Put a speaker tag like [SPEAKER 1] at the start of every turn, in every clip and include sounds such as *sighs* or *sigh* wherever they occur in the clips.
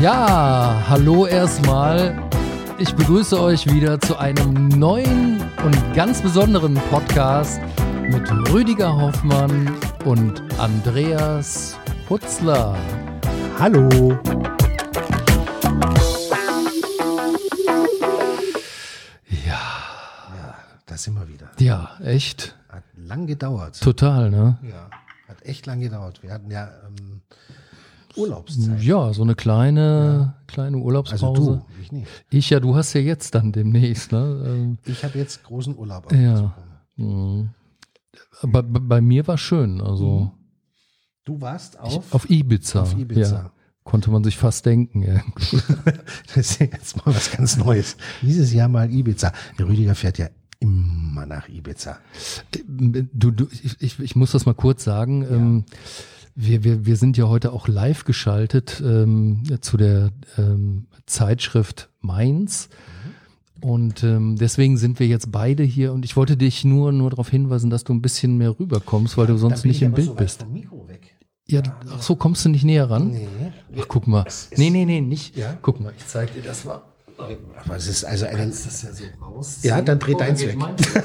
[SPEAKER 1] Ja, hallo erstmal. Ich begrüße euch wieder zu einem neuen und ganz besonderen Podcast mit Rüdiger Hoffmann und Andreas Hutzler.
[SPEAKER 2] Hallo. Da sind wir wieder.
[SPEAKER 1] Ja, echt.
[SPEAKER 2] Hat lang gedauert.
[SPEAKER 1] Total, ne?
[SPEAKER 2] Ja, hat echt lang gedauert. Wir hatten ja ähm, Urlaubszeit.
[SPEAKER 1] Ja, so eine kleine, kleine Urlaubspause.
[SPEAKER 2] Also du, ich nicht.
[SPEAKER 1] Ich ja, du hast ja jetzt dann demnächst, ne? Ähm,
[SPEAKER 2] Ich habe jetzt großen Urlaub.
[SPEAKER 1] Ja.
[SPEAKER 2] abgezogen.
[SPEAKER 1] Mhm. Bei, bei- bei mir war schön, also
[SPEAKER 2] Du warst
[SPEAKER 1] ich,
[SPEAKER 2] Hm. auf,
[SPEAKER 1] auf Ibiza.
[SPEAKER 2] auf Ibiza.
[SPEAKER 1] Ja, konnte man sich fast denken. irgendwie.
[SPEAKER 2] *laughs* Das ist ja jetzt mal was ganz Neues. Dieses Jahr mal Ibiza. Der Rüdiger fährt ja immer nach Ibiza.
[SPEAKER 1] du, du, ich, ich- ich muss das mal kurz sagen. Ähm, wir, wir, wir sind ja heute auch live geschaltet ähm, zu der ähm, Zeitschrift Mainz. Und ähm, deswegen sind wir jetzt beide hier und ich wollte dich nur, nur darauf hinweisen, dass du ein bisschen mehr rüberkommst, weil du sonst nicht im Bild bist.
[SPEAKER 2] Vom Mikro weg.
[SPEAKER 1] Ja, ach so, kommst du nicht näher ran?
[SPEAKER 2] Nee.
[SPEAKER 1] Ach, guck mal. Nee, nee, nee, nicht.
[SPEAKER 2] Ja?
[SPEAKER 1] Guck mal, ich zeig dir das mal.
[SPEAKER 2] Aber es ist also ein,
[SPEAKER 1] Das ist ja so raus.
[SPEAKER 2] Ja, dann dreht deins weg.
[SPEAKER 1] weg.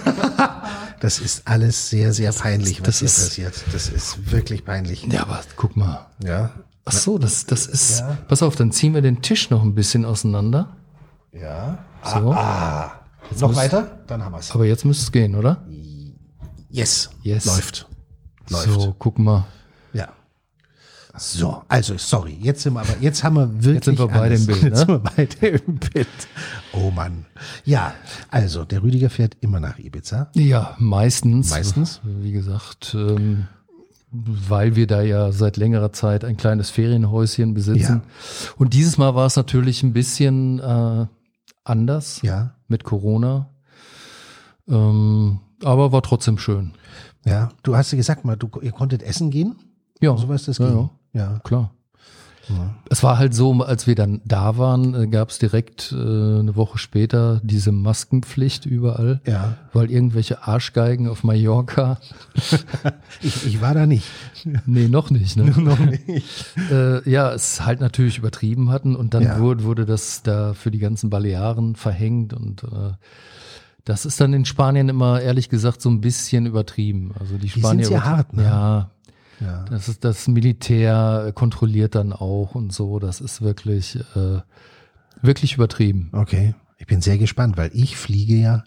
[SPEAKER 2] das ist alles sehr, sehr peinlich,
[SPEAKER 1] das
[SPEAKER 2] was hier
[SPEAKER 1] ist-
[SPEAKER 2] passiert. Das ist wirklich peinlich.
[SPEAKER 1] *laughs* Ja, aber guck mal.
[SPEAKER 2] Ja.
[SPEAKER 1] Ach so, das, das ist.
[SPEAKER 2] Ja.
[SPEAKER 1] Pass auf, dann ziehen wir den Tisch noch ein bisschen auseinander.
[SPEAKER 2] Ja.
[SPEAKER 1] So.
[SPEAKER 2] Ah, Noch
[SPEAKER 1] Ah, muss-
[SPEAKER 2] weiter? Dann haben wir es.
[SPEAKER 1] Aber jetzt müsste es gehen, oder?
[SPEAKER 2] Yes.
[SPEAKER 1] Yes.
[SPEAKER 2] Läuft. Läuft.
[SPEAKER 1] So, guck mal.
[SPEAKER 2] Ja. So, also sorry, jetzt sind wir aber, jetzt haben wir wirklich.
[SPEAKER 1] Jetzt sind wir beide im
[SPEAKER 2] alles.
[SPEAKER 1] Bild, ne?
[SPEAKER 2] *laughs* Jetzt sind wir beide im Bild. Oh Mann. Ja, also der Rüdiger fährt immer nach Ibiza.
[SPEAKER 1] Ja, meistens.
[SPEAKER 2] Meistens?
[SPEAKER 1] Wie gesagt, ähm, weil wir da ja seit längerer Zeit ein kleines Ferienhäuschen besitzen. Und dieses Mal war es natürlich ein bisschen äh, anders
[SPEAKER 2] Ja,
[SPEAKER 1] mit Corona. Ähm, aber war trotzdem schön.
[SPEAKER 2] ja. Du hast ja gesagt, mal, du, ihr konntet essen gehen?
[SPEAKER 1] Ja,
[SPEAKER 2] So was das
[SPEAKER 1] ja,
[SPEAKER 2] ging.
[SPEAKER 1] ja,
[SPEAKER 2] Ja.
[SPEAKER 1] klar.
[SPEAKER 2] ja.
[SPEAKER 1] Es war halt so, als wir dann da waren, gab es direkt äh, eine Woche später diese Maskenpflicht überall,
[SPEAKER 2] Ja.
[SPEAKER 1] weil irgendwelche Arschgeigen auf Mallorca,
[SPEAKER 2] Ich, ich war da nicht.
[SPEAKER 1] nee, noch nicht, ne? *laughs* noch nicht. Äh, ja, es halt natürlich übertrieben hatten und dann
[SPEAKER 2] Ja.
[SPEAKER 1] wurde, wurde das da für die ganzen Balearen verhängt und äh, das ist dann in Spanien immer, ehrlich gesagt, so ein bisschen übertrieben. Also die
[SPEAKER 2] sind
[SPEAKER 1] Spanier.
[SPEAKER 2] sehr
[SPEAKER 1] übertrie-
[SPEAKER 2] hart, ne?
[SPEAKER 1] Ja,
[SPEAKER 2] Ja.
[SPEAKER 1] Das ist das Militär kontrolliert dann auch und so. Das ist wirklich äh, wirklich übertrieben.
[SPEAKER 2] Okay. Ich bin sehr gespannt, weil ich fliege ja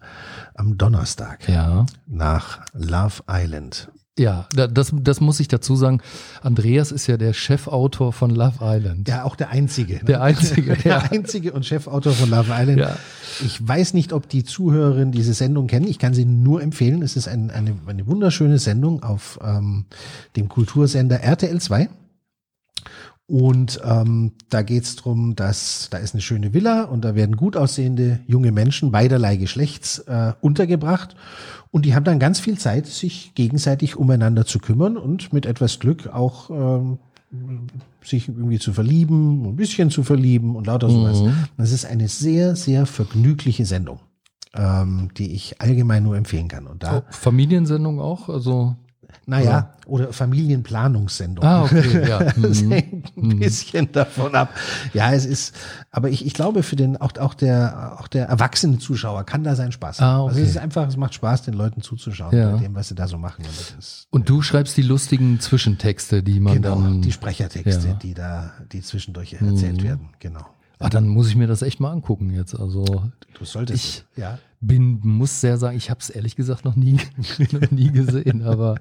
[SPEAKER 2] am Donnerstag
[SPEAKER 1] Ja,
[SPEAKER 2] nach Love Island.
[SPEAKER 1] ja. Da, das das muss ich dazu sagen. Andreas ist ja der Chefautor von Love Island.
[SPEAKER 2] Ja, auch der einzige. ne?
[SPEAKER 1] Der
[SPEAKER 2] *laughs*
[SPEAKER 1] einzige. ja.
[SPEAKER 2] Der einzige und Chefautor von Love Island.
[SPEAKER 1] Ja.
[SPEAKER 2] Ich weiß nicht, ob die Zuhörerinnen diese Sendung kennen. Ich kann sie nur empfehlen. Es ist ein, eine, eine wunderschöne Sendung auf ähm, dem Kultursender RTL 2. Und ähm, da geht's drum, dass da ist eine schöne Villa und da werden gut aussehende junge Menschen beiderlei Geschlechts äh, untergebracht. Und die haben dann ganz viel Zeit, sich gegenseitig umeinander zu kümmern und mit etwas Glück auch ähm, sich irgendwie zu verlieben, ein bisschen zu verlieben und lauter sowas. Das ist eine sehr, sehr vergnügliche Sendung, ähm, die ich allgemein nur empfehlen kann. Und
[SPEAKER 1] Oh.
[SPEAKER 2] da,
[SPEAKER 1] Familiensendung auch. Also
[SPEAKER 2] naja, oder Familienplanungssendung.
[SPEAKER 1] ah okay ja.
[SPEAKER 2] Das
[SPEAKER 1] Mhm.
[SPEAKER 2] *laughs* hängt ein bisschen davon ab. Ja, es ist, aber ich, ich glaube, für den, auch, auch der, auch der erwachsene Zuschauer kann da seinen Spaß
[SPEAKER 1] Ah,
[SPEAKER 2] haben. Also es
[SPEAKER 1] okay.
[SPEAKER 2] ist einfach, es macht Spaß, den Leuten zuzuschauen,
[SPEAKER 1] Ja.
[SPEAKER 2] bei dem, was sie da so machen. Und das ist,
[SPEAKER 1] Und du schreibst die lustigen Zwischentexte, die man
[SPEAKER 2] genau,
[SPEAKER 1] dann.
[SPEAKER 2] die Sprechertexte,
[SPEAKER 1] ja. Mhm.
[SPEAKER 2] die da, die zwischendurch erzählt werden. Genau.
[SPEAKER 1] ah, dann muss ich mir das echt mal angucken jetzt. Also
[SPEAKER 2] Du solltest,
[SPEAKER 1] Ich-
[SPEAKER 2] ja.
[SPEAKER 1] bin muss sehr sagen, ich habe es ehrlich gesagt noch nie *laughs* noch nie gesehen, aber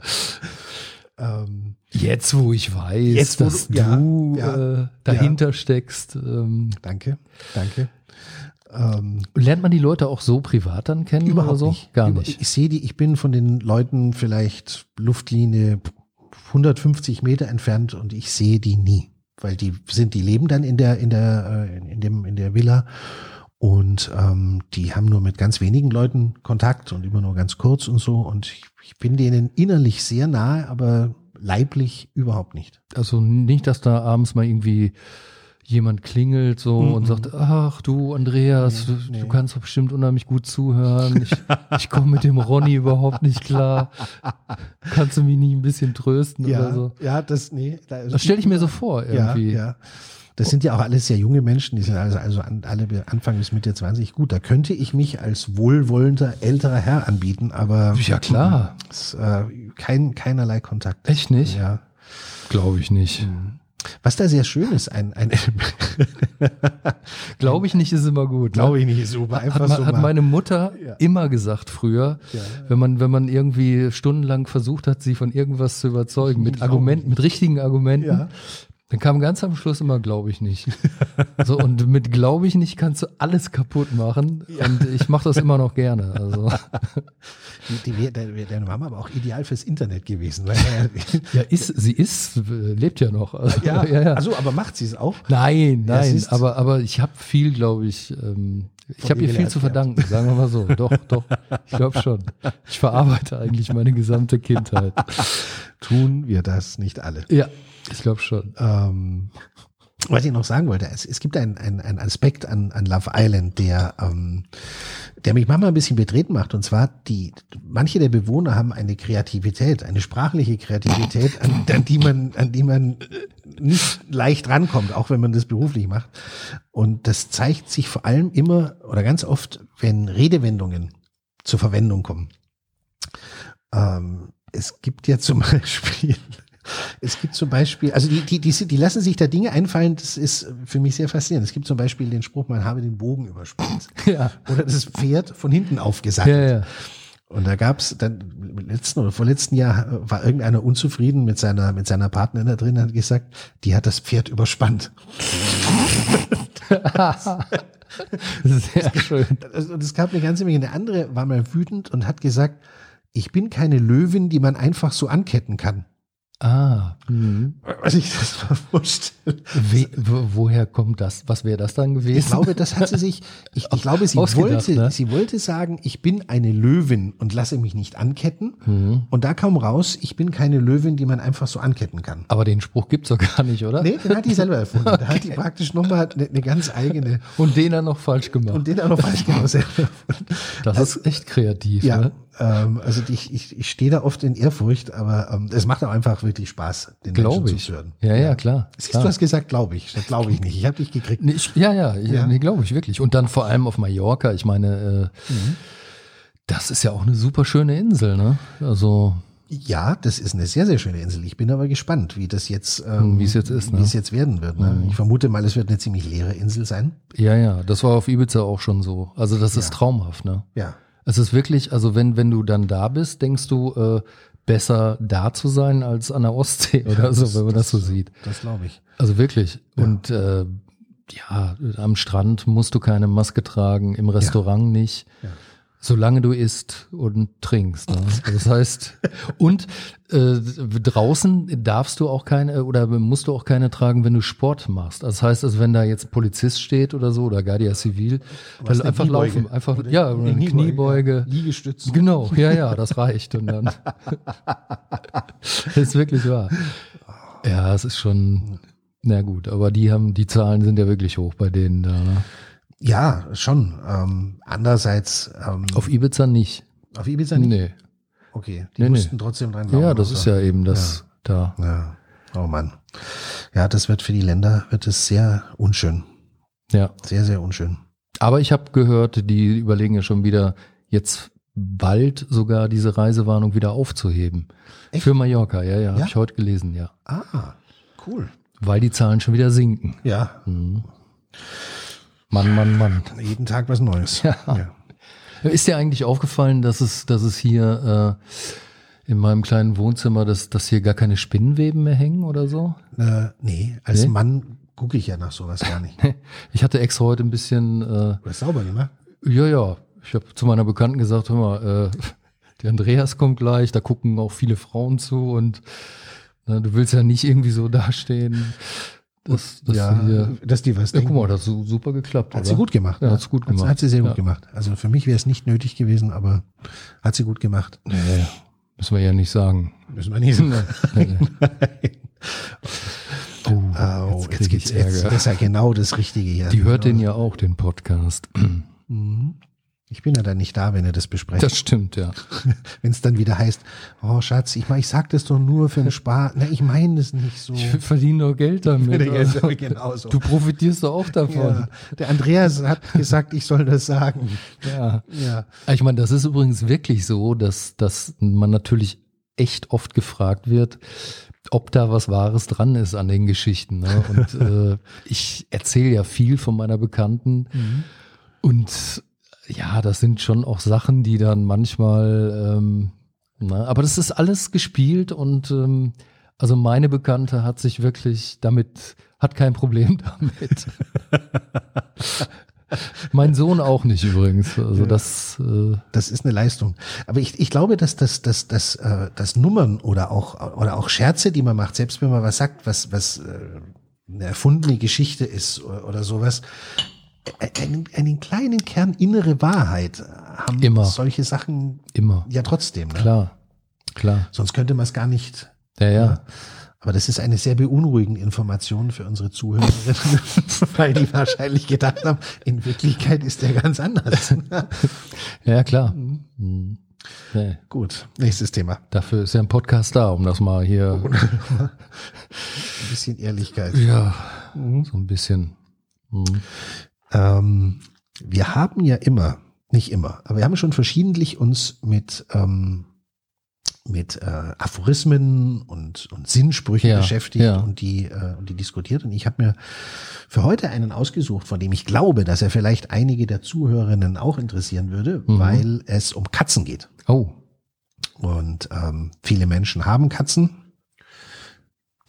[SPEAKER 2] Ähm,
[SPEAKER 1] Jetzt, wo ich weiß,
[SPEAKER 2] Jetzt, wo
[SPEAKER 1] dass
[SPEAKER 2] du-
[SPEAKER 1] du,
[SPEAKER 2] ja, ja,
[SPEAKER 1] äh, dahinter steckst, ähm,
[SPEAKER 2] danke, danke. Ähm,
[SPEAKER 1] lernt man die Leute auch so privat dann kennen
[SPEAKER 2] überhaupt
[SPEAKER 1] oder so?
[SPEAKER 2] nicht.
[SPEAKER 1] Gar
[SPEAKER 2] Über-
[SPEAKER 1] nicht.
[SPEAKER 2] Ich sehe die, ich bin von den Leuten vielleicht Luftlinie 150 Meter entfernt und ich sehe die nie, weil die sind, die leben dann in der, in der, äh, in- in dem, in der Villa und ähm, die haben nur mit ganz wenigen Leuten Kontakt und immer nur ganz kurz und so und ich, ich bin denen innerlich sehr nahe, aber leiblich überhaupt nicht.
[SPEAKER 1] Also nicht, dass da abends mal irgendwie jemand klingelt so und sagt, ach du Andreas,
[SPEAKER 2] Nee,
[SPEAKER 1] du,
[SPEAKER 2] nee.
[SPEAKER 1] du kannst doch bestimmt unheimlich gut zuhören. Ich, ich komme mit dem Ronny überhaupt nicht
[SPEAKER 2] *laughs*
[SPEAKER 1] klar. Kannst du mich nicht ein bisschen trösten oder so?
[SPEAKER 2] ja, Also das, nee. Da,
[SPEAKER 1] Das stelle ich mir so vor irgendwie.
[SPEAKER 2] Ja, ja. Das sind ja auch alles sehr junge Menschen, die sind also, also an, alle be- Anfang bis Mitte 20. Gut, da könnte ich mich als wohlwollender älterer Herr anbieten, aber
[SPEAKER 1] Ja, klar.
[SPEAKER 2] Es, äh, kein, keinerlei Kontakt.
[SPEAKER 1] Echt nicht? Hm.
[SPEAKER 2] Ja.
[SPEAKER 1] Glaube ich nicht.
[SPEAKER 2] Was da sehr schön ist, ein, ein
[SPEAKER 1] Glaube ich nicht ist immer gut. ne?
[SPEAKER 2] glaube ich *laughs* nicht, super einfach
[SPEAKER 1] hat, ma-
[SPEAKER 2] so
[SPEAKER 1] hat
[SPEAKER 2] mal.
[SPEAKER 1] meine Mutter
[SPEAKER 2] Ja.
[SPEAKER 1] immer gesagt früher,
[SPEAKER 2] Ja.
[SPEAKER 1] wenn man wenn man irgendwie stundenlang versucht hat, sie von irgendwas zu überzeugen mit Argumenten, mit richtigen Argumenten,
[SPEAKER 2] Ja.
[SPEAKER 1] dann kam ganz am Schluss immer glaube ich nicht. *laughs* so und mit glaube ich nicht kannst du alles kaputt machen und ich mache das immer noch gerne.
[SPEAKER 2] *laughs*
[SPEAKER 1] Also
[SPEAKER 2] die, die, die, die, deine Mama aber auch ideal fürs Internet gewesen. *laughs* Weil,
[SPEAKER 1] ja, ist sie ist äh, lebt ja noch. Also, *laughs*
[SPEAKER 2] ja,
[SPEAKER 1] ja, ja.
[SPEAKER 2] Also, aber macht sie es auch?
[SPEAKER 1] nein,
[SPEAKER 2] Ja,
[SPEAKER 1] nein,
[SPEAKER 2] siehst-
[SPEAKER 1] aber aber ich habe viel, glaube ich, ähm, ich
[SPEAKER 2] Von
[SPEAKER 1] habe
[SPEAKER 2] ihr
[SPEAKER 1] ihr viel
[SPEAKER 2] gelernt
[SPEAKER 1] zu
[SPEAKER 2] gehabt.
[SPEAKER 1] verdanken, sagen wir mal so. Doch, doch. Ich glaube schon. Ich verarbeite eigentlich meine gesamte Kindheit.
[SPEAKER 2] Tun wir das nicht alle.
[SPEAKER 1] Ja, ich glaube schon.
[SPEAKER 2] Ähm, was ich noch sagen wollte, es, es gibt einen ein Aspekt an, an Love Island, der, ähm, der mich manchmal ein bisschen betreten macht. Und zwar, die, manche der Bewohner haben eine Kreativität, eine sprachliche Kreativität, an, an die man, an die man äh, nicht leicht rankommt, auch wenn man das beruflich macht. Und das zeigt sich vor allem immer oder ganz oft, wenn Redewendungen zur Verwendung kommen. Ähm, es gibt ja zum *laughs* Beispiel, es gibt zum Beispiel, also die, die, die, die lassen sich da Dinge einfallen, das ist für mich sehr faszinierend. Es gibt zum Beispiel den Spruch, man habe den
[SPEAKER 1] *laughs*
[SPEAKER 2] Bogen überspannt.
[SPEAKER 1] Ja,
[SPEAKER 2] Oder das Pferd von hinten aufgesattelt.
[SPEAKER 1] ja,
[SPEAKER 2] *laughs*
[SPEAKER 1] ja.
[SPEAKER 2] Und da gab's dann im letzten oder vorletzten Jahr äh, war irgendeiner unzufrieden mit seiner, mit seiner Partnerin da drin und hat gesagt, die hat das Pferd überspannt.
[SPEAKER 1] Sehr schön.
[SPEAKER 2] Also, Und es gab eine ganze Menge. Eine andere war mal wütend und hat gesagt, ich bin keine Löwin, die man einfach so anketten kann.
[SPEAKER 1] Ah. Mhm.
[SPEAKER 2] Was ich das mal vorstelle.
[SPEAKER 1] We, wo- woher kommt das? Was wäre das dann gewesen?
[SPEAKER 2] Ich glaube, das hat
[SPEAKER 1] *laughs*
[SPEAKER 2] sie sich, ich, ich glaube, sie
[SPEAKER 1] Ausgedacht,
[SPEAKER 2] wollte,
[SPEAKER 1] ne?
[SPEAKER 2] sie wollte sagen, ich bin eine Löwin und lasse mich nicht anketten.
[SPEAKER 1] Mhm.
[SPEAKER 2] Und da kam raus, ich bin keine Löwin, die man einfach so anketten kann.
[SPEAKER 1] Aber den Spruch gibt's doch gar nicht, oder?
[SPEAKER 2] Nee, den hat die selber erfunden. Da hat die praktisch nochmal eine ne ganz eigene.
[SPEAKER 1] Und den dann noch falsch gemacht.
[SPEAKER 2] Und den auch noch
[SPEAKER 1] *laughs*
[SPEAKER 2] falsch genau selber erfunden.
[SPEAKER 1] das ist echt kreativ,
[SPEAKER 2] Ja,
[SPEAKER 1] ne?
[SPEAKER 2] ähm, also die, ich, ich, ich stehe da oft in Ehrfurcht, aber ähm, es macht auch einfach wirklich Spaß, den
[SPEAKER 1] Glaube
[SPEAKER 2] Menschen
[SPEAKER 1] ich.
[SPEAKER 2] zuzuhören.
[SPEAKER 1] Ja, ja, klar.
[SPEAKER 2] Siehst
[SPEAKER 1] klar.
[SPEAKER 2] du, du hast gesagt, glaube ich. statt Glaube ich nicht. Ich habe dich gekriegt.
[SPEAKER 1] Nee, ich, ja, ja, ja.
[SPEAKER 2] Ja.
[SPEAKER 1] Nee, glaube ich wirklich. Und dann vor allem auf Mallorca. Ich meine, äh, das ist ja auch eine super schöne Insel, ne? Also,
[SPEAKER 2] Ja, das ist eine sehr, sehr schöne Insel. Ich bin aber gespannt, wie das jetzt, ähm,
[SPEAKER 1] Wie es jetzt ist,
[SPEAKER 2] wie
[SPEAKER 1] ne?
[SPEAKER 2] es jetzt werden wird. Ne? Ich vermute mal, es wird eine ziemlich leere Insel sein.
[SPEAKER 1] ja, ja, das war auf Ibiza auch schon so. Also, das ist traumhaft, ne?
[SPEAKER 2] Ja.
[SPEAKER 1] Es ist wirklich, also wenn, wenn du dann da bist, denkst du, äh, besser da zu sein als an der Ostsee oder so, wenn man das, so sieht.
[SPEAKER 2] Das glaube ich.
[SPEAKER 1] Also wirklich. Und äh, ja, am Strand musst du keine Maske tragen, im Restaurant nicht.
[SPEAKER 2] Ja.
[SPEAKER 1] Solange du isst und trinkst.
[SPEAKER 2] *laughs*
[SPEAKER 1] Ne? Das heißt, und äh, draußen darfst du auch keine äh, oder musst du auch keine tragen, wenn du Sport machst. Das heißt, also wenn da jetzt Polizist steht oder so oder Guardia Civil, dann
[SPEAKER 2] eine
[SPEAKER 1] Also einfach
[SPEAKER 2] Kniebeuge.
[SPEAKER 1] laufen, einfach
[SPEAKER 2] Oder
[SPEAKER 1] ja, oder eine Kniebeuge.
[SPEAKER 2] Liegestützen.
[SPEAKER 1] Genau, ja, ja, das reicht. Und dann ist wirklich wahr. Ja, es ist schon, na gut, aber die haben, die Zahlen sind ja wirklich hoch bei denen da. Ne?
[SPEAKER 2] Ja, schon. Ähm, andererseits, ähm, auf,
[SPEAKER 1] Auf Ibiza nicht.
[SPEAKER 2] Ibiza nicht.
[SPEAKER 1] Nee.
[SPEAKER 2] Okay, die
[SPEAKER 1] Nee, nee.
[SPEAKER 2] mussten trotzdem rein.
[SPEAKER 1] Ja, das ist ja eben das da.
[SPEAKER 2] ja. Oh Mann. Ja, das wird für die Länder, wird es sehr unschön.
[SPEAKER 1] Ja.
[SPEAKER 2] Sehr, sehr unschön.
[SPEAKER 1] Aber ich habe gehört, die überlegen ja schon wieder, jetzt bald sogar diese Reisewarnung wieder aufzuheben.
[SPEAKER 2] Echt?
[SPEAKER 1] Für Mallorca, ja, ja, hab
[SPEAKER 2] Ja?
[SPEAKER 1] habe ich heute gelesen, ja.
[SPEAKER 2] Ah, cool.
[SPEAKER 1] Weil die Zahlen schon wieder sinken. Mhm.
[SPEAKER 2] Ja,
[SPEAKER 1] Hm. Mann, Mann, Mann.
[SPEAKER 2] jeden Tag was Neues. Ja.
[SPEAKER 1] Ist dir eigentlich aufgefallen, dass es, dass es hier äh, in meinem kleinen Wohnzimmer, dass, dass hier gar keine Spinnenweben mehr hängen oder
[SPEAKER 2] *laughs*
[SPEAKER 1] so?
[SPEAKER 2] Äh, nee, als
[SPEAKER 1] Nee?
[SPEAKER 2] Mann gucke ich ja nach sowas
[SPEAKER 1] *laughs*
[SPEAKER 2] gar nicht.
[SPEAKER 1] Ich hatte extra heute ein bisschen, äh,
[SPEAKER 2] Oder sauber gemacht.
[SPEAKER 1] ja, ja, ich habe zu meiner Bekannten gesagt, hör mal, äh, der Andreas kommt gleich, da gucken auch viele Frauen zu und ne, du willst ja nicht irgendwie so dastehen. Das, das
[SPEAKER 2] ja,
[SPEAKER 1] hier,
[SPEAKER 2] dass die was
[SPEAKER 1] ja, guck
[SPEAKER 2] denken.
[SPEAKER 1] mal, das hat super geklappt.
[SPEAKER 2] Hat
[SPEAKER 1] oder?
[SPEAKER 2] sie gut gemacht.
[SPEAKER 1] Ja, hat's gut
[SPEAKER 2] Hat,
[SPEAKER 1] gemacht.
[SPEAKER 2] hat sie sehr gut
[SPEAKER 1] Ja.
[SPEAKER 2] gemacht. Also für mich wäre es nicht nötig gewesen, aber hat sie gut gemacht.
[SPEAKER 1] Nee, müssen wir ja nicht sagen. *laughs*
[SPEAKER 2] Müssen wir nicht sagen.
[SPEAKER 1] Nee, nee.
[SPEAKER 2] Au,
[SPEAKER 1] Oh, jetzt krieg ich Ärger.
[SPEAKER 2] Das ist ja genau das Richtige hier.
[SPEAKER 1] Die hört den ja auch, den Podcast.
[SPEAKER 2] Mhm. Ich bin ja dann nicht da, wenn ihr das besprecht.
[SPEAKER 1] Das stimmt, ja.
[SPEAKER 2] Wenn es dann wieder heißt, oh Schatz, ich, mein, ich sag das doch
[SPEAKER 1] *laughs*
[SPEAKER 2] nur für den Spaß. Na, ich meine das nicht so. *laughs*
[SPEAKER 1] Ich verdiene doch Geld damit. Also,
[SPEAKER 2] genauso.
[SPEAKER 1] Du profitierst doch auch davon.
[SPEAKER 2] Ja, der Andreas hat gesagt, ich soll das sagen.
[SPEAKER 1] *laughs* Ja.
[SPEAKER 2] Ja.
[SPEAKER 1] Ah, Ich meine, das ist übrigens wirklich so, dass, dass man natürlich echt oft gefragt wird, ob da was Wahres dran ist an den Geschichten. Ne? Und äh, ich erzähle ja viel von meiner Bekannten. Und ja, das sind schon auch Sachen, die dann manchmal, ähm, na, aber das ist alles gespielt und ähm, also meine Bekannte hat sich wirklich damit, hat kein Problem *laughs* damit. mein Sohn auch nicht übrigens. Also das, äh,
[SPEAKER 2] Das ist eine Leistung. Aber ich, ich glaube, dass das, das, das, äh, das Nummern oder auch, oder auch Scherze, die man macht, selbst wenn man was sagt, was, was äh, eine erfundene Geschichte ist oder oder sowas, ä- einen, einen kleinen Kern innere Wahrheit haben
[SPEAKER 1] Immer.
[SPEAKER 2] solche Sachen
[SPEAKER 1] immer.
[SPEAKER 2] ja trotzdem. Ne?
[SPEAKER 1] Klar, klar.
[SPEAKER 2] Sonst könnte man es gar nicht.
[SPEAKER 1] Ja, ja.
[SPEAKER 2] Aber das ist eine sehr beunruhigende Information für unsere Zuhörerinnen, *laughs* weil die wahrscheinlich gedacht haben, in Wirklichkeit ist der ganz anders. *laughs*
[SPEAKER 1] Ja, klar. Mhm. Nee,
[SPEAKER 2] Gut, nächstes Thema.
[SPEAKER 1] dafür ist ja ein Podcast da, um das mal hier
[SPEAKER 2] Ein bisschen Ehrlichkeit.
[SPEAKER 1] ja, so ein bisschen. Mhm.
[SPEAKER 2] Ähm, wir haben ja immer, nicht immer, aber wir haben schon verschiedentlich uns mit, ähm, mit äh, Aphorismen und, und Sinnsprüchen
[SPEAKER 1] Ja,
[SPEAKER 2] beschäftigt
[SPEAKER 1] ja.
[SPEAKER 2] und, die, äh, und die diskutiert. Und ich habe mir für heute einen ausgesucht, von dem ich glaube, dass er vielleicht einige der Zuhörerinnen auch interessieren würde,
[SPEAKER 1] Mhm.
[SPEAKER 2] weil es um Katzen geht.
[SPEAKER 1] Oh,
[SPEAKER 2] Und ähm, viele Menschen haben Katzen.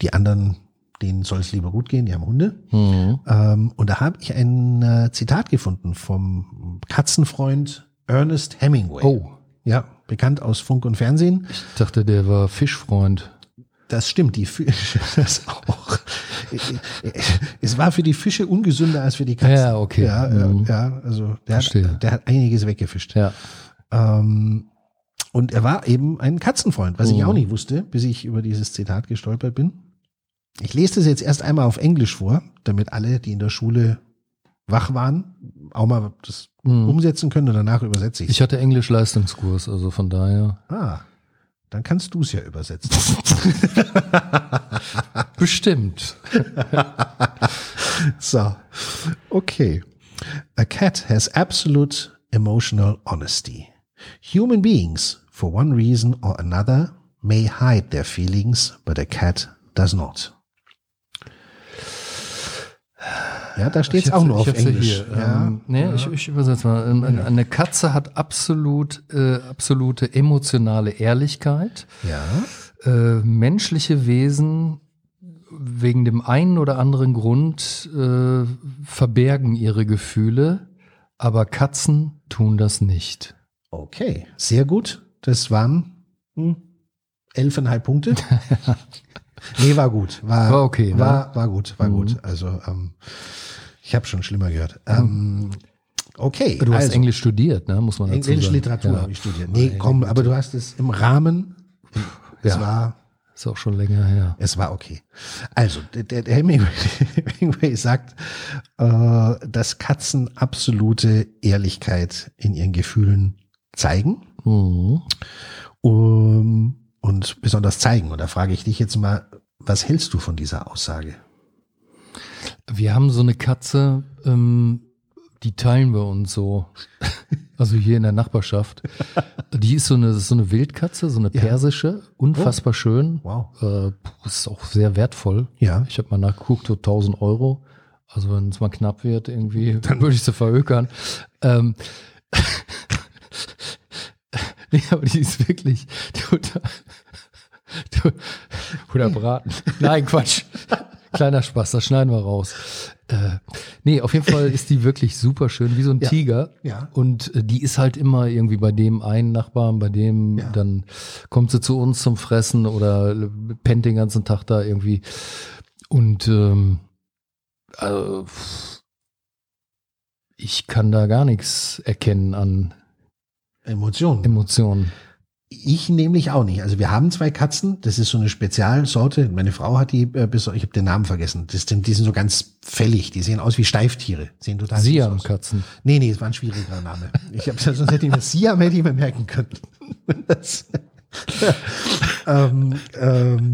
[SPEAKER 2] Die anderen, denen soll es lieber gut gehen, die haben Hunde.
[SPEAKER 1] mhm.
[SPEAKER 2] Ähm, und da habe ich ein äh, Zitat gefunden vom Katzenfreund Ernest Hemingway.
[SPEAKER 1] oh.
[SPEAKER 2] Ja, bekannt aus Funk und Fernsehen.
[SPEAKER 1] Ich dachte, der war Fischfreund.
[SPEAKER 2] Das stimmt, die Fische, *laughs* das auch. Es war für die Fische ungesünder als für die Katzen.
[SPEAKER 1] Ja, okay.
[SPEAKER 2] Ja, äh,
[SPEAKER 1] Mhm.
[SPEAKER 2] ja also der
[SPEAKER 1] Verstehe.
[SPEAKER 2] hat, der hat einiges weggefischt.
[SPEAKER 1] Ja.
[SPEAKER 2] Ähm, und er war eben ein Katzenfreund, was ich
[SPEAKER 1] Mhm.
[SPEAKER 2] auch nicht wusste, bis ich über dieses Zitat gestolpert bin. Ich lese das jetzt erst einmal auf Englisch vor, damit alle, die in der Schule wach waren, auch mal das
[SPEAKER 1] Mhm.
[SPEAKER 2] umsetzen können und danach übersetze ich
[SPEAKER 1] Ich hatte Englisch-Leistungskurs, also von daher.
[SPEAKER 2] Ah, dann kannst du es ja übersetzen.
[SPEAKER 1] Bestimmt.
[SPEAKER 2] so, okay. A cat has absolute emotional honesty. Human beings, for one reason or another, may hide their feelings, but a cat does not. *sighs* Ja, da steht es auch nur auf Englisch.
[SPEAKER 1] Ja, ähm, nee, Ich, ich übersetze mal. Ähm, Eine, eine Katze hat absolut, äh, absolute emotionale Ehrlichkeit.
[SPEAKER 2] ja,
[SPEAKER 1] Äh, menschliche Wesen wegen dem einen oder anderen Grund äh, verbergen ihre Gefühle, aber Katzen tun das nicht.
[SPEAKER 2] okay, sehr gut. Das waren hm,
[SPEAKER 1] *laughs*
[SPEAKER 2] elfeinhalb Punkte. nee, war gut. War,
[SPEAKER 1] War okay, ne?
[SPEAKER 2] War, war gut, war
[SPEAKER 1] Mhm.
[SPEAKER 2] gut. Also, ähm, ich habe schon schlimmer gehört. Ähm, okay,
[SPEAKER 1] Mhm. Du hast
[SPEAKER 2] also,
[SPEAKER 1] Englisch studiert, ne? muss man dazu sagen.
[SPEAKER 2] Englische Literatur
[SPEAKER 1] Ja.
[SPEAKER 2] habe ich studiert. Nee,
[SPEAKER 1] Meine
[SPEAKER 2] komm, aber du hast es im Rahmen. Es
[SPEAKER 1] Ja.
[SPEAKER 2] war
[SPEAKER 1] Ist auch schon länger her.
[SPEAKER 2] es war okay. Also, der, der der Hemingway, *laughs* Hemingway sagt, äh, dass Katzen absolute Ehrlichkeit in ihren Gefühlen zeigen
[SPEAKER 1] Mhm.
[SPEAKER 2] um, und besonders zeigen. Und da frage ich dich jetzt mal, was hältst du von dieser Aussage?
[SPEAKER 1] Wir haben so eine Katze, ähm, die teilen wir uns so. *laughs* Also hier in der Nachbarschaft. Die ist so eine, so eine Wildkatze, so eine
[SPEAKER 2] Ja.
[SPEAKER 1] persische, unfassbar schön.
[SPEAKER 2] Wow.
[SPEAKER 1] Äh, ist auch sehr wertvoll.
[SPEAKER 2] Ja.
[SPEAKER 1] Ich habe mal nachgeguckt, so 1000 Euro. Also wenn es mal knapp wird, irgendwie, *laughs* dann würde ich sie verhökern. Ähm, *laughs* nee, aber die ist wirklich. Du, du, oder braten. Nein, Quatsch. Kleiner Spaß, das schneiden wir raus. Äh, nee, auf jeden Fall ist die wirklich super schön, wie so ein
[SPEAKER 2] Ja.
[SPEAKER 1] Tiger.
[SPEAKER 2] Ja.
[SPEAKER 1] Und äh, die ist halt immer irgendwie bei dem einen Nachbarn, bei dem
[SPEAKER 2] Ja.
[SPEAKER 1] dann kommt sie zu uns zum Fressen oder l- pennt den ganzen Tag da irgendwie. Und ähm, also, pff, ich kann da gar nichts erkennen an
[SPEAKER 2] Emotionen.
[SPEAKER 1] Emotionen.
[SPEAKER 2] Ich nämlich auch nicht. Also wir haben zwei Katzen. Das ist so eine Spezialsorte. Meine Frau hat die, äh, beso- ich habe den Namen vergessen. Das, sind- die sind so ganz fällig. Die sehen aus wie Steiftiere. Sehen total süß aus.
[SPEAKER 1] Siamkatzen.
[SPEAKER 2] Nee, nee, es war ein schwieriger Name. Ich habe sonst hätte ich mir Siam hätte ich mir merken können. Das, *laughs* ähm, ähm,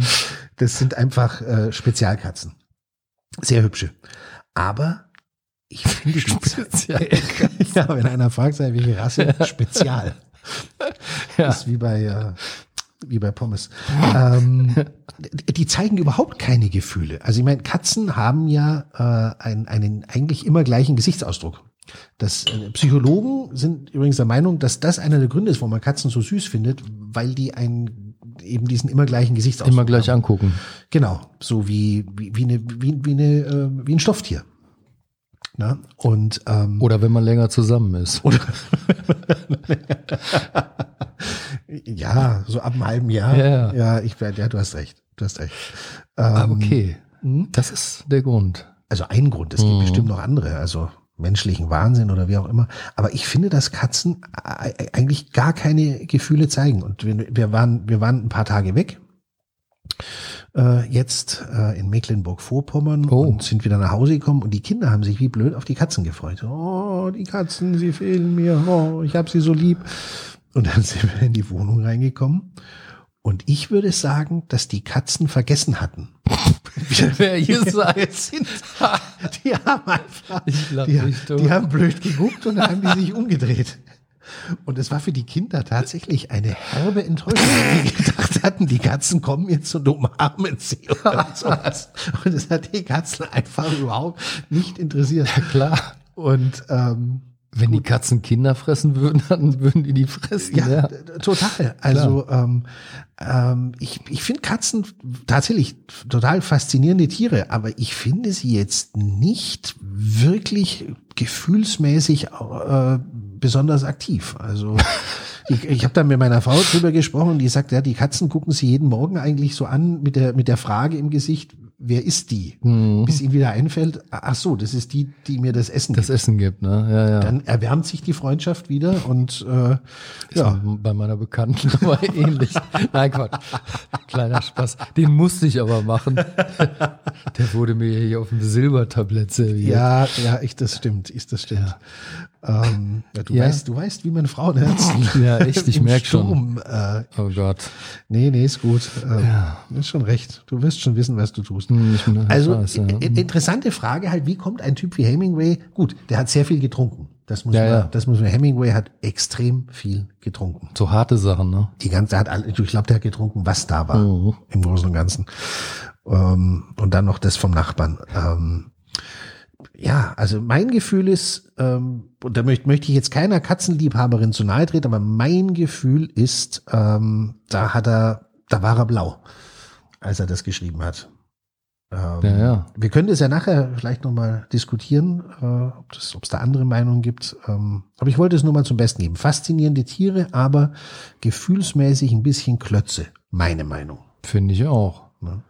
[SPEAKER 2] das sind einfach äh, Spezialkatzen. Sehr hübsche. Aber ich
[SPEAKER 1] *laughs*
[SPEAKER 2] finde die *laughs* ja, wenn einer fragt, sei welche Rasse, Spezial.
[SPEAKER 1] Ja.
[SPEAKER 2] Ist wie bei, äh, wie bei Pommes. Ähm, d- die zeigen überhaupt keine Gefühle. Also ich meine, Katzen haben ja äh, einen, einen eigentlich immer gleichen Gesichtsausdruck. Das, äh, Psychologen sind übrigens der Meinung, dass das einer der Gründe ist, warum man Katzen so süß findet, weil die einen eben diesen immer gleichen Gesichtsausdruck
[SPEAKER 1] Immer gleich
[SPEAKER 2] haben.
[SPEAKER 1] angucken.
[SPEAKER 2] Genau, so wie, wie, wie, eine, wie, wie, eine, äh, wie ein Stofftier. Na? Und ähm,
[SPEAKER 1] Oder wenn man länger zusammen ist.
[SPEAKER 2] Ja, so ab einem halben Jahr.
[SPEAKER 1] Ja.
[SPEAKER 2] ja ich werd- ja, du hast recht. Du hast recht. ähm,
[SPEAKER 1] Ah, okay.
[SPEAKER 2] hm?
[SPEAKER 1] Das ist der Grund. *laughs*
[SPEAKER 2] Also ein Grund, es gibt bestimmt noch andere, also menschlichen Wahnsinn oder wie auch immer. Aber ich finde, dass Katzen e- e- eigentlich gar keine Gefühle zeigen. Und wir, wir waren, wir waren ein paar Tage weg. Äh, jetzt äh, in Mecklenburg-Vorpommern
[SPEAKER 1] Oh.
[SPEAKER 2] und sind wieder nach Hause gekommen und die Kinder haben sich wie blöd auf die Katzen gefreut. Oh, die Katzen, sie fehlen mir. Oh, ich habe sie so lieb. Und dann sind wir in die Wohnung reingekommen. Und ich würde sagen, dass die Katzen vergessen hatten.
[SPEAKER 1] Wer
[SPEAKER 2] *laughs*
[SPEAKER 1] hier seid.
[SPEAKER 2] sind. Die haben einfach,
[SPEAKER 1] Ich lach
[SPEAKER 2] die,
[SPEAKER 1] mich tot.
[SPEAKER 2] die haben blöd geguckt und dann haben die sich umgedreht. Und es war für die Kinder tatsächlich eine herbe Enttäuschung, weil die gedacht hatten, die Katzen kommen jetzt und umarmen sie
[SPEAKER 1] *laughs*
[SPEAKER 2] oder sowas. Und es hat die Katzen einfach überhaupt nicht interessiert.
[SPEAKER 1] Klar.
[SPEAKER 2] Und ähm,
[SPEAKER 1] Wenn die Katzen Kinder fressen würden, *laughs* dann würden die die fressen.
[SPEAKER 2] Ja,
[SPEAKER 1] Ja.
[SPEAKER 2] d- d- total. Also ähm, ähm, ich, ich finde Katzen tatsächlich total faszinierende Tiere, aber ich finde sie jetzt nicht wirklich gefühlsmäßig äh, besonders aktiv. Also
[SPEAKER 1] *laughs*
[SPEAKER 2] ich, ich habe da mit meiner Frau drüber gesprochen und die sagt, ja, die Katzen gucken sie jeden Morgen eigentlich so an mit der, mit der Frage im Gesicht, wer ist die? Bis ihnen wieder einfällt, "Ah, ach so, das ist die, die mir das Essen
[SPEAKER 1] Mhm. Das
[SPEAKER 2] gibt.
[SPEAKER 1] Essen gibt, ne? Ja, ja.
[SPEAKER 2] Dann erwärmt sich die Freundschaft wieder und äh, ja.
[SPEAKER 1] Bei meiner Bekannten *laughs* war ähnlich. Nein, Quatsch. Kleiner Spaß. Den musste ich aber machen.
[SPEAKER 2] *laughs*
[SPEAKER 1] Der wurde mir hier auf dem Silbertablett serviert.
[SPEAKER 2] Ja, ja, ich, das stimmt, ich, das stimmt. Ähm, ja, du,
[SPEAKER 1] Ja.
[SPEAKER 2] Weißt, du weißt, wie man Frauen herzen.
[SPEAKER 1] *laughs* Ja, echt, ich
[SPEAKER 2] Im
[SPEAKER 1] merk schon.
[SPEAKER 2] Sturm, Äh,
[SPEAKER 1] Oh Gott.
[SPEAKER 2] nee, nee, ist gut. Ähm, Du hast schon recht. Du wirst schon wissen, was du tust.
[SPEAKER 1] Hm, ich bin-
[SPEAKER 2] also,
[SPEAKER 1] ich weiß, ja.
[SPEAKER 2] i- i- interessante Frage halt, wie kommt ein Typ wie Hemingway, gut, der hat sehr viel getrunken. Das muss,
[SPEAKER 1] Ja,
[SPEAKER 2] man,
[SPEAKER 1] ja.
[SPEAKER 2] das muss man, Hemingway hat extrem viel getrunken.
[SPEAKER 1] So harte Sachen, ne? Mhm.
[SPEAKER 2] Die ganze, der hat, alle- ich glaube, der hat getrunken, was da
[SPEAKER 1] Hm.
[SPEAKER 2] war, im Großen und Ganzen. Ähm, und dann noch das vom Nachbarn. Ähm, ja, also mein Gefühl ist, ähm, und da möchte, möchte ich jetzt keiner Katzenliebhaberin zu nahe treten, aber mein Gefühl ist, ähm, da hat er, da war er blau, als er das geschrieben hat. Ähm,
[SPEAKER 1] Ja, ja.
[SPEAKER 2] Wir können das ja nachher vielleicht nochmal diskutieren, äh, ob es da andere Meinungen gibt. Ähm, aber ich wollte es nur mal zum Besten geben. Faszinierende Tiere, aber gefühlsmäßig ein bisschen Klötze, meine Meinung.
[SPEAKER 1] Finde ich auch.
[SPEAKER 2] Ne?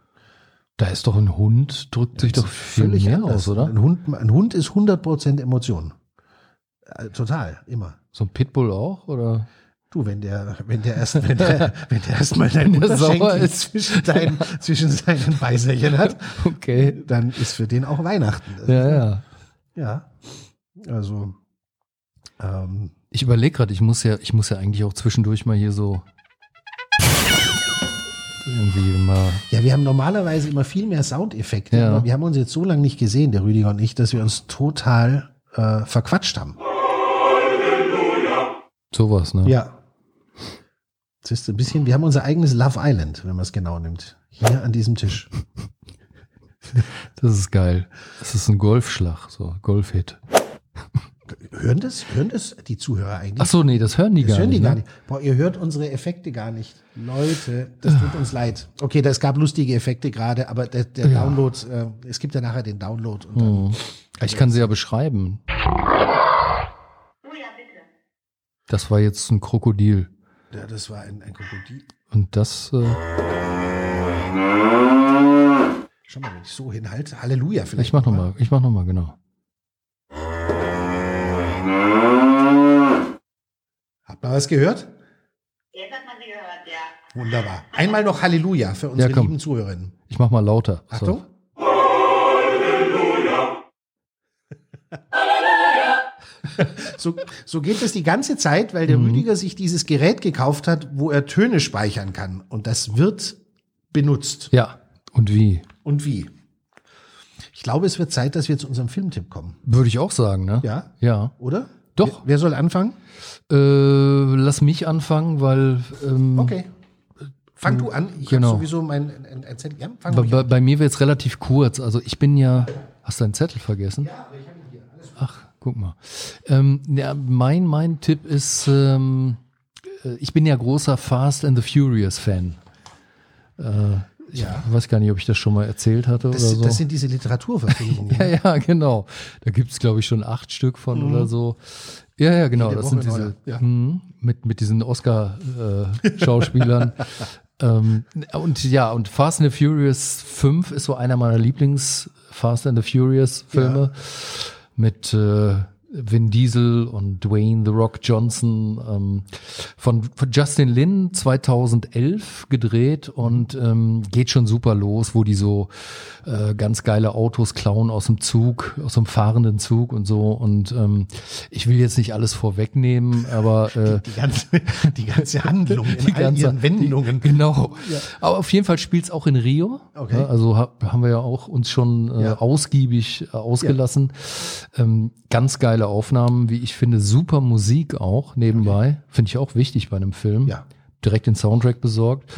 [SPEAKER 1] Da ist doch ein Hund, drückt sich doch viel
[SPEAKER 2] Völlig
[SPEAKER 1] mehr
[SPEAKER 2] anders.
[SPEAKER 1] aus, oder?
[SPEAKER 2] Ein Hund, ein Hund ist 100% Emotionen. Äh, Total, immer.
[SPEAKER 1] So ein Pitbull auch,
[SPEAKER 2] *laughs*
[SPEAKER 1] oder?
[SPEAKER 2] Du, wenn der, wenn der erst,
[SPEAKER 1] *laughs*
[SPEAKER 2] wenn der, wenn der erst mal deinen
[SPEAKER 1] Wenn der sauer
[SPEAKER 2] Unterschenkel
[SPEAKER 1] ist.
[SPEAKER 2] zwischen, deinen, zwischen seinen Beißerchen hat,
[SPEAKER 1] Okay.
[SPEAKER 2] dann ist für den auch Weihnachten.
[SPEAKER 1] Ja, ja.
[SPEAKER 2] Ja. Also, ähm,
[SPEAKER 1] Ich überlege gerade, ich muss ja, ich muss ja eigentlich auch zwischendurch mal hier so irgendwie mal.
[SPEAKER 2] Ja, wir haben normalerweise immer viel mehr Soundeffekte,
[SPEAKER 1] Ja.
[SPEAKER 2] aber wir haben uns jetzt so lange nicht gesehen, der Rüdiger und ich, dass wir uns total äh, verquatscht haben.
[SPEAKER 1] Sowas, ne?
[SPEAKER 2] Ja. Das ist ein bisschen, wir haben unser eigenes Love Island, wenn man es genau nimmt. Hier an diesem Tisch.
[SPEAKER 1] Das ist geil. Das ist ein Golfschlag, so Golfhit.
[SPEAKER 2] Hören das, hören das die Zuhörer eigentlich?
[SPEAKER 1] Ach so, nee, das hören die
[SPEAKER 2] das
[SPEAKER 1] gar
[SPEAKER 2] hören
[SPEAKER 1] nicht.
[SPEAKER 2] die gar
[SPEAKER 1] ne?
[SPEAKER 2] nicht. Boah, ihr hört unsere Effekte gar nicht. Leute, das tut uns leid. Okay, das gab lustige Effekte gerade, aber der, der Download, äh, es gibt ja nachher den Download und
[SPEAKER 1] Hm.
[SPEAKER 2] dann
[SPEAKER 1] Ich kann sie ja beschreiben.
[SPEAKER 3] Julia, bitte.
[SPEAKER 1] Das war jetzt ein Krokodil.
[SPEAKER 2] Ja, das war ein, ein Krokodil.
[SPEAKER 1] Und das, äh,
[SPEAKER 2] Schau mal, wenn ich so hinhalte. Halleluja, vielleicht.
[SPEAKER 1] ich mach nochmal, ich mach nochmal, genau.
[SPEAKER 2] Habt ihr was gehört?
[SPEAKER 3] Jetzt hat man sie gehört.
[SPEAKER 2] Wunderbar. Einmal noch Halleluja für unsere
[SPEAKER 1] komm.
[SPEAKER 2] lieben Zuhörerinnen.
[SPEAKER 1] Ich mach mal lauter. So.
[SPEAKER 2] Achtung. So, so geht es die ganze Zeit, weil
[SPEAKER 1] Mhm.
[SPEAKER 2] der Rüdiger sich dieses Gerät gekauft hat, wo er Töne speichern kann. Und das wird benutzt.
[SPEAKER 1] Ja. Und wie?
[SPEAKER 2] Und wie? Ich glaube, es wird Zeit, dass wir zu unserem Filmtipp kommen.
[SPEAKER 1] Würde ich auch sagen, ne?
[SPEAKER 2] Ja?
[SPEAKER 1] Ja.
[SPEAKER 2] Oder?
[SPEAKER 1] Doch.
[SPEAKER 2] Wer, wer soll anfangen?
[SPEAKER 1] Äh, lass mich anfangen, weil ähm,
[SPEAKER 2] Okay. Fang du an. Ich
[SPEAKER 1] Genau.
[SPEAKER 2] habe sowieso mein ein, ein Zettel. Ja, fang
[SPEAKER 1] bei,
[SPEAKER 2] ruhig an.
[SPEAKER 1] bei, bei mir wird es relativ kurz. Also ich bin ja. Hast du deinen Zettel vergessen? Ja, aber ich habe ihn hier. Ach, guck mal. Ähm, ja, mein, mein Tipp ist, ähm, äh, ich bin ja großer Fast and the Furious Fan. Äh, ich
[SPEAKER 2] Ja.
[SPEAKER 1] weiß gar nicht, ob ich das schon mal erzählt hatte
[SPEAKER 2] Das,
[SPEAKER 1] oder so.
[SPEAKER 2] das sind diese Literaturverfilmungen.
[SPEAKER 1] *laughs* Ja, ja, genau. Da gibt's glaube ich, schon acht Stück von oder so. Ja, ja, genau.
[SPEAKER 2] Mhm. Jede
[SPEAKER 1] das
[SPEAKER 2] Woche
[SPEAKER 1] sind diese
[SPEAKER 2] neue, ja.
[SPEAKER 1] Mhm, mit, mit diesen
[SPEAKER 2] *laughs*
[SPEAKER 1] Oscar-Schauspielern. ähm, und ja, und Fast and the Furious 5 ist so einer meiner Lieblings-Fast and the Furious-Filme mit äh, Vin Diesel und Dwayne The Rock Johnson ähm, von, von Justin Lin 2011 gedreht und ähm, geht schon super los, wo die so äh, ganz geile Autos klauen aus dem Zug, aus dem fahrenden Zug und so. Und ähm, ich will jetzt nicht alles vorwegnehmen, aber äh,
[SPEAKER 2] Die ganze, die ganze Handlung in
[SPEAKER 1] Die
[SPEAKER 2] all
[SPEAKER 1] ganze-
[SPEAKER 2] ihren Wendungen.
[SPEAKER 1] *laughs* Genau. Aber auf jeden Fall spielt's auch in Rio.
[SPEAKER 2] Okay.
[SPEAKER 1] Ja, Also hab, haben wir ja auch uns schon äh,
[SPEAKER 2] Ja.
[SPEAKER 1] ausgiebig äh, ausgelassen. Ähm, ganz geile Aufnahmen, wie ich finde, super Musik auch nebenbei. Finde ich auch wichtig bei einem Film.
[SPEAKER 2] Ja.
[SPEAKER 1] Direkt den Soundtrack besorgt.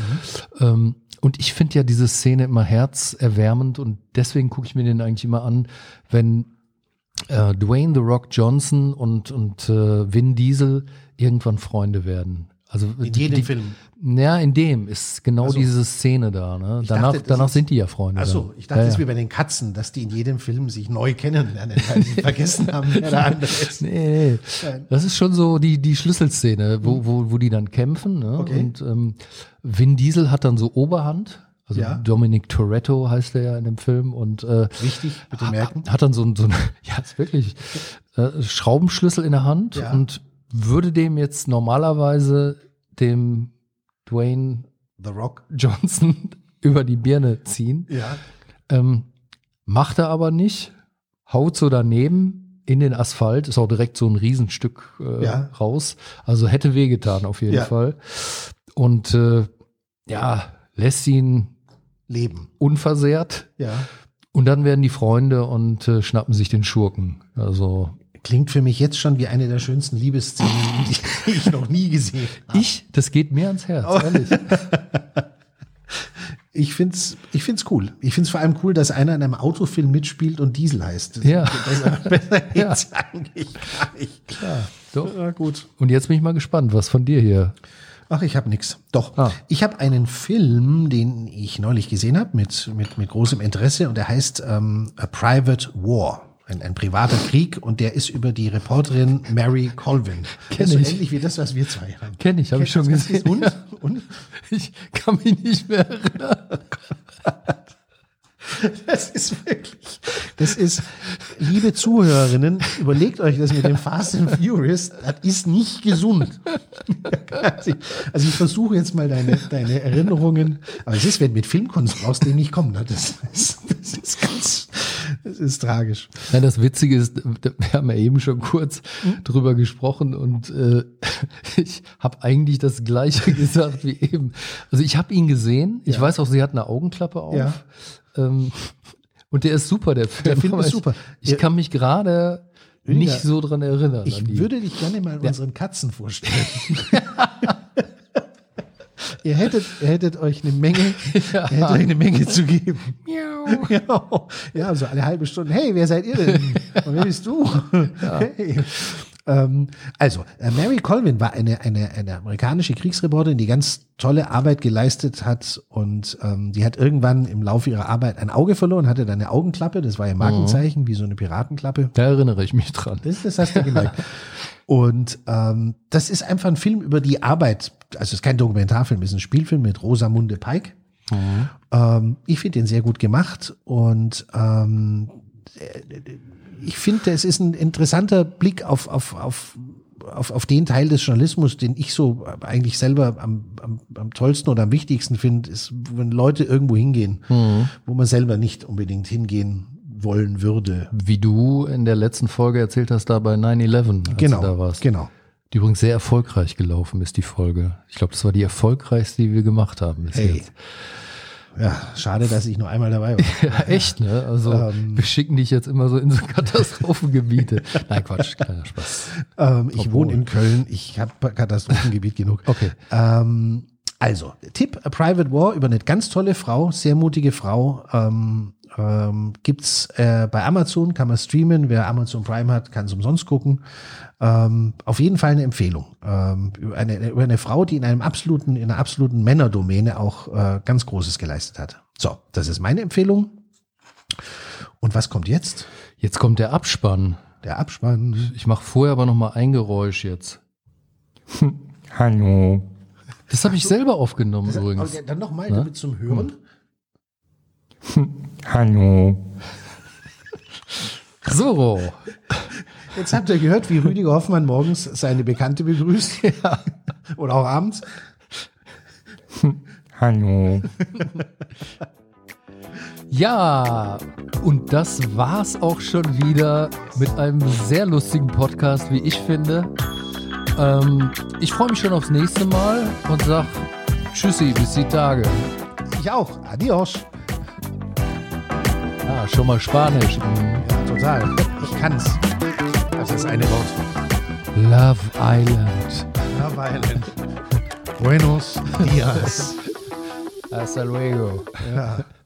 [SPEAKER 1] Ähm, und ich finde ja diese Szene immer herzerwärmend und deswegen gucke ich mir den eigentlich immer an, wenn äh, Dwayne The Rock Johnson und, und äh, Vin Diesel irgendwann Freunde werden. Also
[SPEAKER 2] in jedem Film.
[SPEAKER 1] ja, in dem ist genau
[SPEAKER 2] Ach so.
[SPEAKER 1] diese Szene da. Ne?
[SPEAKER 2] Ich
[SPEAKER 1] Danach,
[SPEAKER 2] dachte, das
[SPEAKER 1] danach
[SPEAKER 2] ist-
[SPEAKER 1] sind die ja Freunde.
[SPEAKER 2] Achso,
[SPEAKER 1] dann.
[SPEAKER 2] ich dachte,
[SPEAKER 1] ja,
[SPEAKER 2] es
[SPEAKER 1] ja.
[SPEAKER 2] ist wie bei den Katzen, dass die in jedem Film sich neu kennenlernen, weil sie *laughs* vergessen haben, wer der *laughs* andere
[SPEAKER 1] *laughs*
[SPEAKER 2] ist.
[SPEAKER 1] Nee, nee.
[SPEAKER 2] Nein. Mhm.
[SPEAKER 1] Das ist schon so die, die Schlüsselszene, wo, wo, wo die dann kämpfen. Ne?
[SPEAKER 2] Okay.
[SPEAKER 1] Und ähm, Vin Diesel hat dann so Oberhand. Also
[SPEAKER 2] Ja.
[SPEAKER 1] Dominic Toretto heißt er ja in dem Film. Und äh,
[SPEAKER 2] Wichtig, bitte
[SPEAKER 1] ha-
[SPEAKER 2] merken.
[SPEAKER 1] Hat dann so ein, so ein *laughs* ja, ist wirklich äh, Schraubenschlüssel in der Hand
[SPEAKER 2] Ja.
[SPEAKER 1] und würde dem jetzt normalerweise dem Dwayne
[SPEAKER 2] The Rock.
[SPEAKER 1] Johnson *laughs* über die Birne ziehen.
[SPEAKER 2] Ja.
[SPEAKER 1] Ähm, macht er aber nicht, haut so daneben in den Asphalt, ist auch direkt so ein Riesenstück äh,
[SPEAKER 2] Ja.
[SPEAKER 1] raus. Also hätte wehgetan auf jeden
[SPEAKER 2] Ja.
[SPEAKER 1] Fall. Und äh, ja, lässt ihn
[SPEAKER 2] Leben.
[SPEAKER 1] unversehrt.
[SPEAKER 2] Ja.
[SPEAKER 1] Und dann werden die Freunde und äh, schnappen sich den Schurken. Also
[SPEAKER 2] Klingt für mich jetzt schon wie eine der schönsten Liebesszenen, *laughs* die ich noch nie gesehen habe.
[SPEAKER 1] ich, das geht mir ans Herz,
[SPEAKER 2] Oh.
[SPEAKER 1] ehrlich.
[SPEAKER 2] Ich find's, ich find's cool. Ich find's vor allem cool, dass einer in einem Autofilm mitspielt und Diesel heißt.
[SPEAKER 1] Ja.
[SPEAKER 2] Besser, besser
[SPEAKER 1] Ja.
[SPEAKER 2] *laughs* geht's eigentlich gar nicht.
[SPEAKER 1] Ja, doch.
[SPEAKER 2] Ja, gut.
[SPEAKER 1] Und jetzt bin ich mal gespannt, was von dir hier.
[SPEAKER 2] Ach, ich habe nix. Doch.
[SPEAKER 1] Ah.
[SPEAKER 2] Ich habe einen Film, den ich neulich gesehen habe, mit, mit, mit großem Interesse, und der heißt ähm, A Private War. Ein, ein privater Krieg, und der ist über die Reporterin Mary
[SPEAKER 1] *laughs*
[SPEAKER 2] Colvin. Das ist so
[SPEAKER 1] ich.
[SPEAKER 2] ähnlich wie das, was wir zwei haben.
[SPEAKER 1] Kenne ich, habe ich schon
[SPEAKER 2] Kennst du das?
[SPEAKER 1] gesehen.
[SPEAKER 2] Und? und?
[SPEAKER 1] Ich kann mich nicht mehr erinnern.
[SPEAKER 2] Das ist wirklich, das ist, liebe Zuhörerinnen, überlegt euch das mit dem Fast and Furious, das ist nicht gesund. Also ich versuche jetzt mal deine, deine Erinnerungen, aber es ist, wenn mit Filmkunst aus dem nicht kommen, ne? das ist, das ist ganz, das ist tragisch.
[SPEAKER 1] Nein, das Witzige ist, wir haben ja eben schon kurz drüber gesprochen und äh, *laughs* ich habe eigentlich das Gleiche *laughs* gesagt wie eben. Also ich habe ihn gesehen. Ich
[SPEAKER 2] Ja.
[SPEAKER 1] weiß auch, sie hat eine Augenklappe auf.
[SPEAKER 2] Ja.
[SPEAKER 1] Ähm, und der ist super, der Film.
[SPEAKER 2] Film
[SPEAKER 1] aber
[SPEAKER 2] ist
[SPEAKER 1] ich,
[SPEAKER 2] super.
[SPEAKER 1] Ich
[SPEAKER 2] Ja.
[SPEAKER 1] kann mich gerade
[SPEAKER 2] Weniger.
[SPEAKER 1] nicht so dran erinnern. an
[SPEAKER 2] Ich
[SPEAKER 1] die.
[SPEAKER 2] würde dich gerne mal unseren Katzen vorstellen. ihr, hättet, ihr hättet euch eine *laughs* Menge, ihr hättet euch eine Menge zu geben. Genau. *laughs* Ja, so alle halbe Stunde. Hey, wer seid ihr denn? Und wer bist du? Hey. Ähm, also, äh, Mary Colvin war eine, eine, eine amerikanische Kriegsreporterin, die ganz tolle Arbeit geleistet hat und ähm, die hat irgendwann im Laufe ihrer Arbeit ein Auge verloren, hatte dann eine Augenklappe, das war ihr Markenzeichen, wie so eine Piratenklappe.
[SPEAKER 1] Da erinnere ich mich dran.
[SPEAKER 2] Das, das hast du gemerkt. Und ähm, das ist einfach ein Film über die Arbeit. Also es ist kein Dokumentarfilm, es ist ein Spielfilm mit Rosamunde Pike.
[SPEAKER 1] Mhm.
[SPEAKER 2] Ähm, ich finde den sehr gut gemacht und ähm, ich finde, es ist ein interessanter Blick auf, auf, auf auf, auf den Teil des Journalismus, den ich so eigentlich selber am, am, am tollsten oder am wichtigsten finde, ist, wenn Leute irgendwo hingehen,
[SPEAKER 1] Mhm.
[SPEAKER 2] wo man selber nicht unbedingt hingehen wollen würde.
[SPEAKER 1] Wie du in der letzten Folge erzählt hast, da bei 9-11, als
[SPEAKER 2] Genau,
[SPEAKER 1] du da warst.
[SPEAKER 2] genau.
[SPEAKER 1] Die übrigens sehr erfolgreich gelaufen ist, die Folge. Ich glaube, das war die erfolgreichste, die wir gemacht haben bis
[SPEAKER 2] Hey.
[SPEAKER 1] jetzt.
[SPEAKER 2] Ja, schade, dass ich nur einmal dabei war.
[SPEAKER 1] *laughs* Ja, echt, ne? Also wir schicken dich jetzt immer so in so *laughs* Katastrophengebiete. Nein, Quatsch, kleiner Spaß.
[SPEAKER 2] Ähm, ich
[SPEAKER 1] Obwohl.
[SPEAKER 2] wohne in Köln, ich habe
[SPEAKER 1] *laughs*
[SPEAKER 2] Katastrophengebiet genug.
[SPEAKER 1] Okay.
[SPEAKER 2] Ähm, also, Tipp, A Private War über eine ganz tolle Frau, sehr mutige Frau. Ähm, ähm, gibt's äh, bei Amazon, kann man streamen. Wer Amazon Prime hat, kann es umsonst gucken. Ähm, auf jeden Fall eine Empfehlung. Ähm, über, eine, über eine Frau, die in einem absoluten, in einer absoluten Männerdomäne auch äh, ganz Großes geleistet hat. So, das ist meine Empfehlung. Und was kommt jetzt?
[SPEAKER 1] Jetzt kommt der Abspann.
[SPEAKER 2] Der Abspann.
[SPEAKER 1] Ich mache vorher aber noch mal ein Geräusch jetzt.
[SPEAKER 3] Hallo.
[SPEAKER 1] Das habe ich selber aufgenommen übrigens.
[SPEAKER 2] Okay, dann nochmal, damit zum Hören.
[SPEAKER 3] Hallo.
[SPEAKER 1] So,
[SPEAKER 2] Jetzt habt ihr gehört, wie Rüdiger Hoffmann morgens seine Bekannte begrüßt. *laughs* Oder auch abends.
[SPEAKER 3] Hallo.
[SPEAKER 1] ja, und das war's auch schon wieder mit einem sehr lustigen Podcast, wie ich finde. Ähm, ich freue mich schon aufs nächste Mal und sag Tschüssi, bis die Tage.
[SPEAKER 2] Ich auch. Adios.
[SPEAKER 1] Ah, schon mal Spanisch.
[SPEAKER 2] Ja, total. Ich kann's. Das ist eine Wort.
[SPEAKER 1] Love Island.
[SPEAKER 2] Love Island. *laughs* Buenos Dias.
[SPEAKER 1] Hasta luego.
[SPEAKER 2] ja.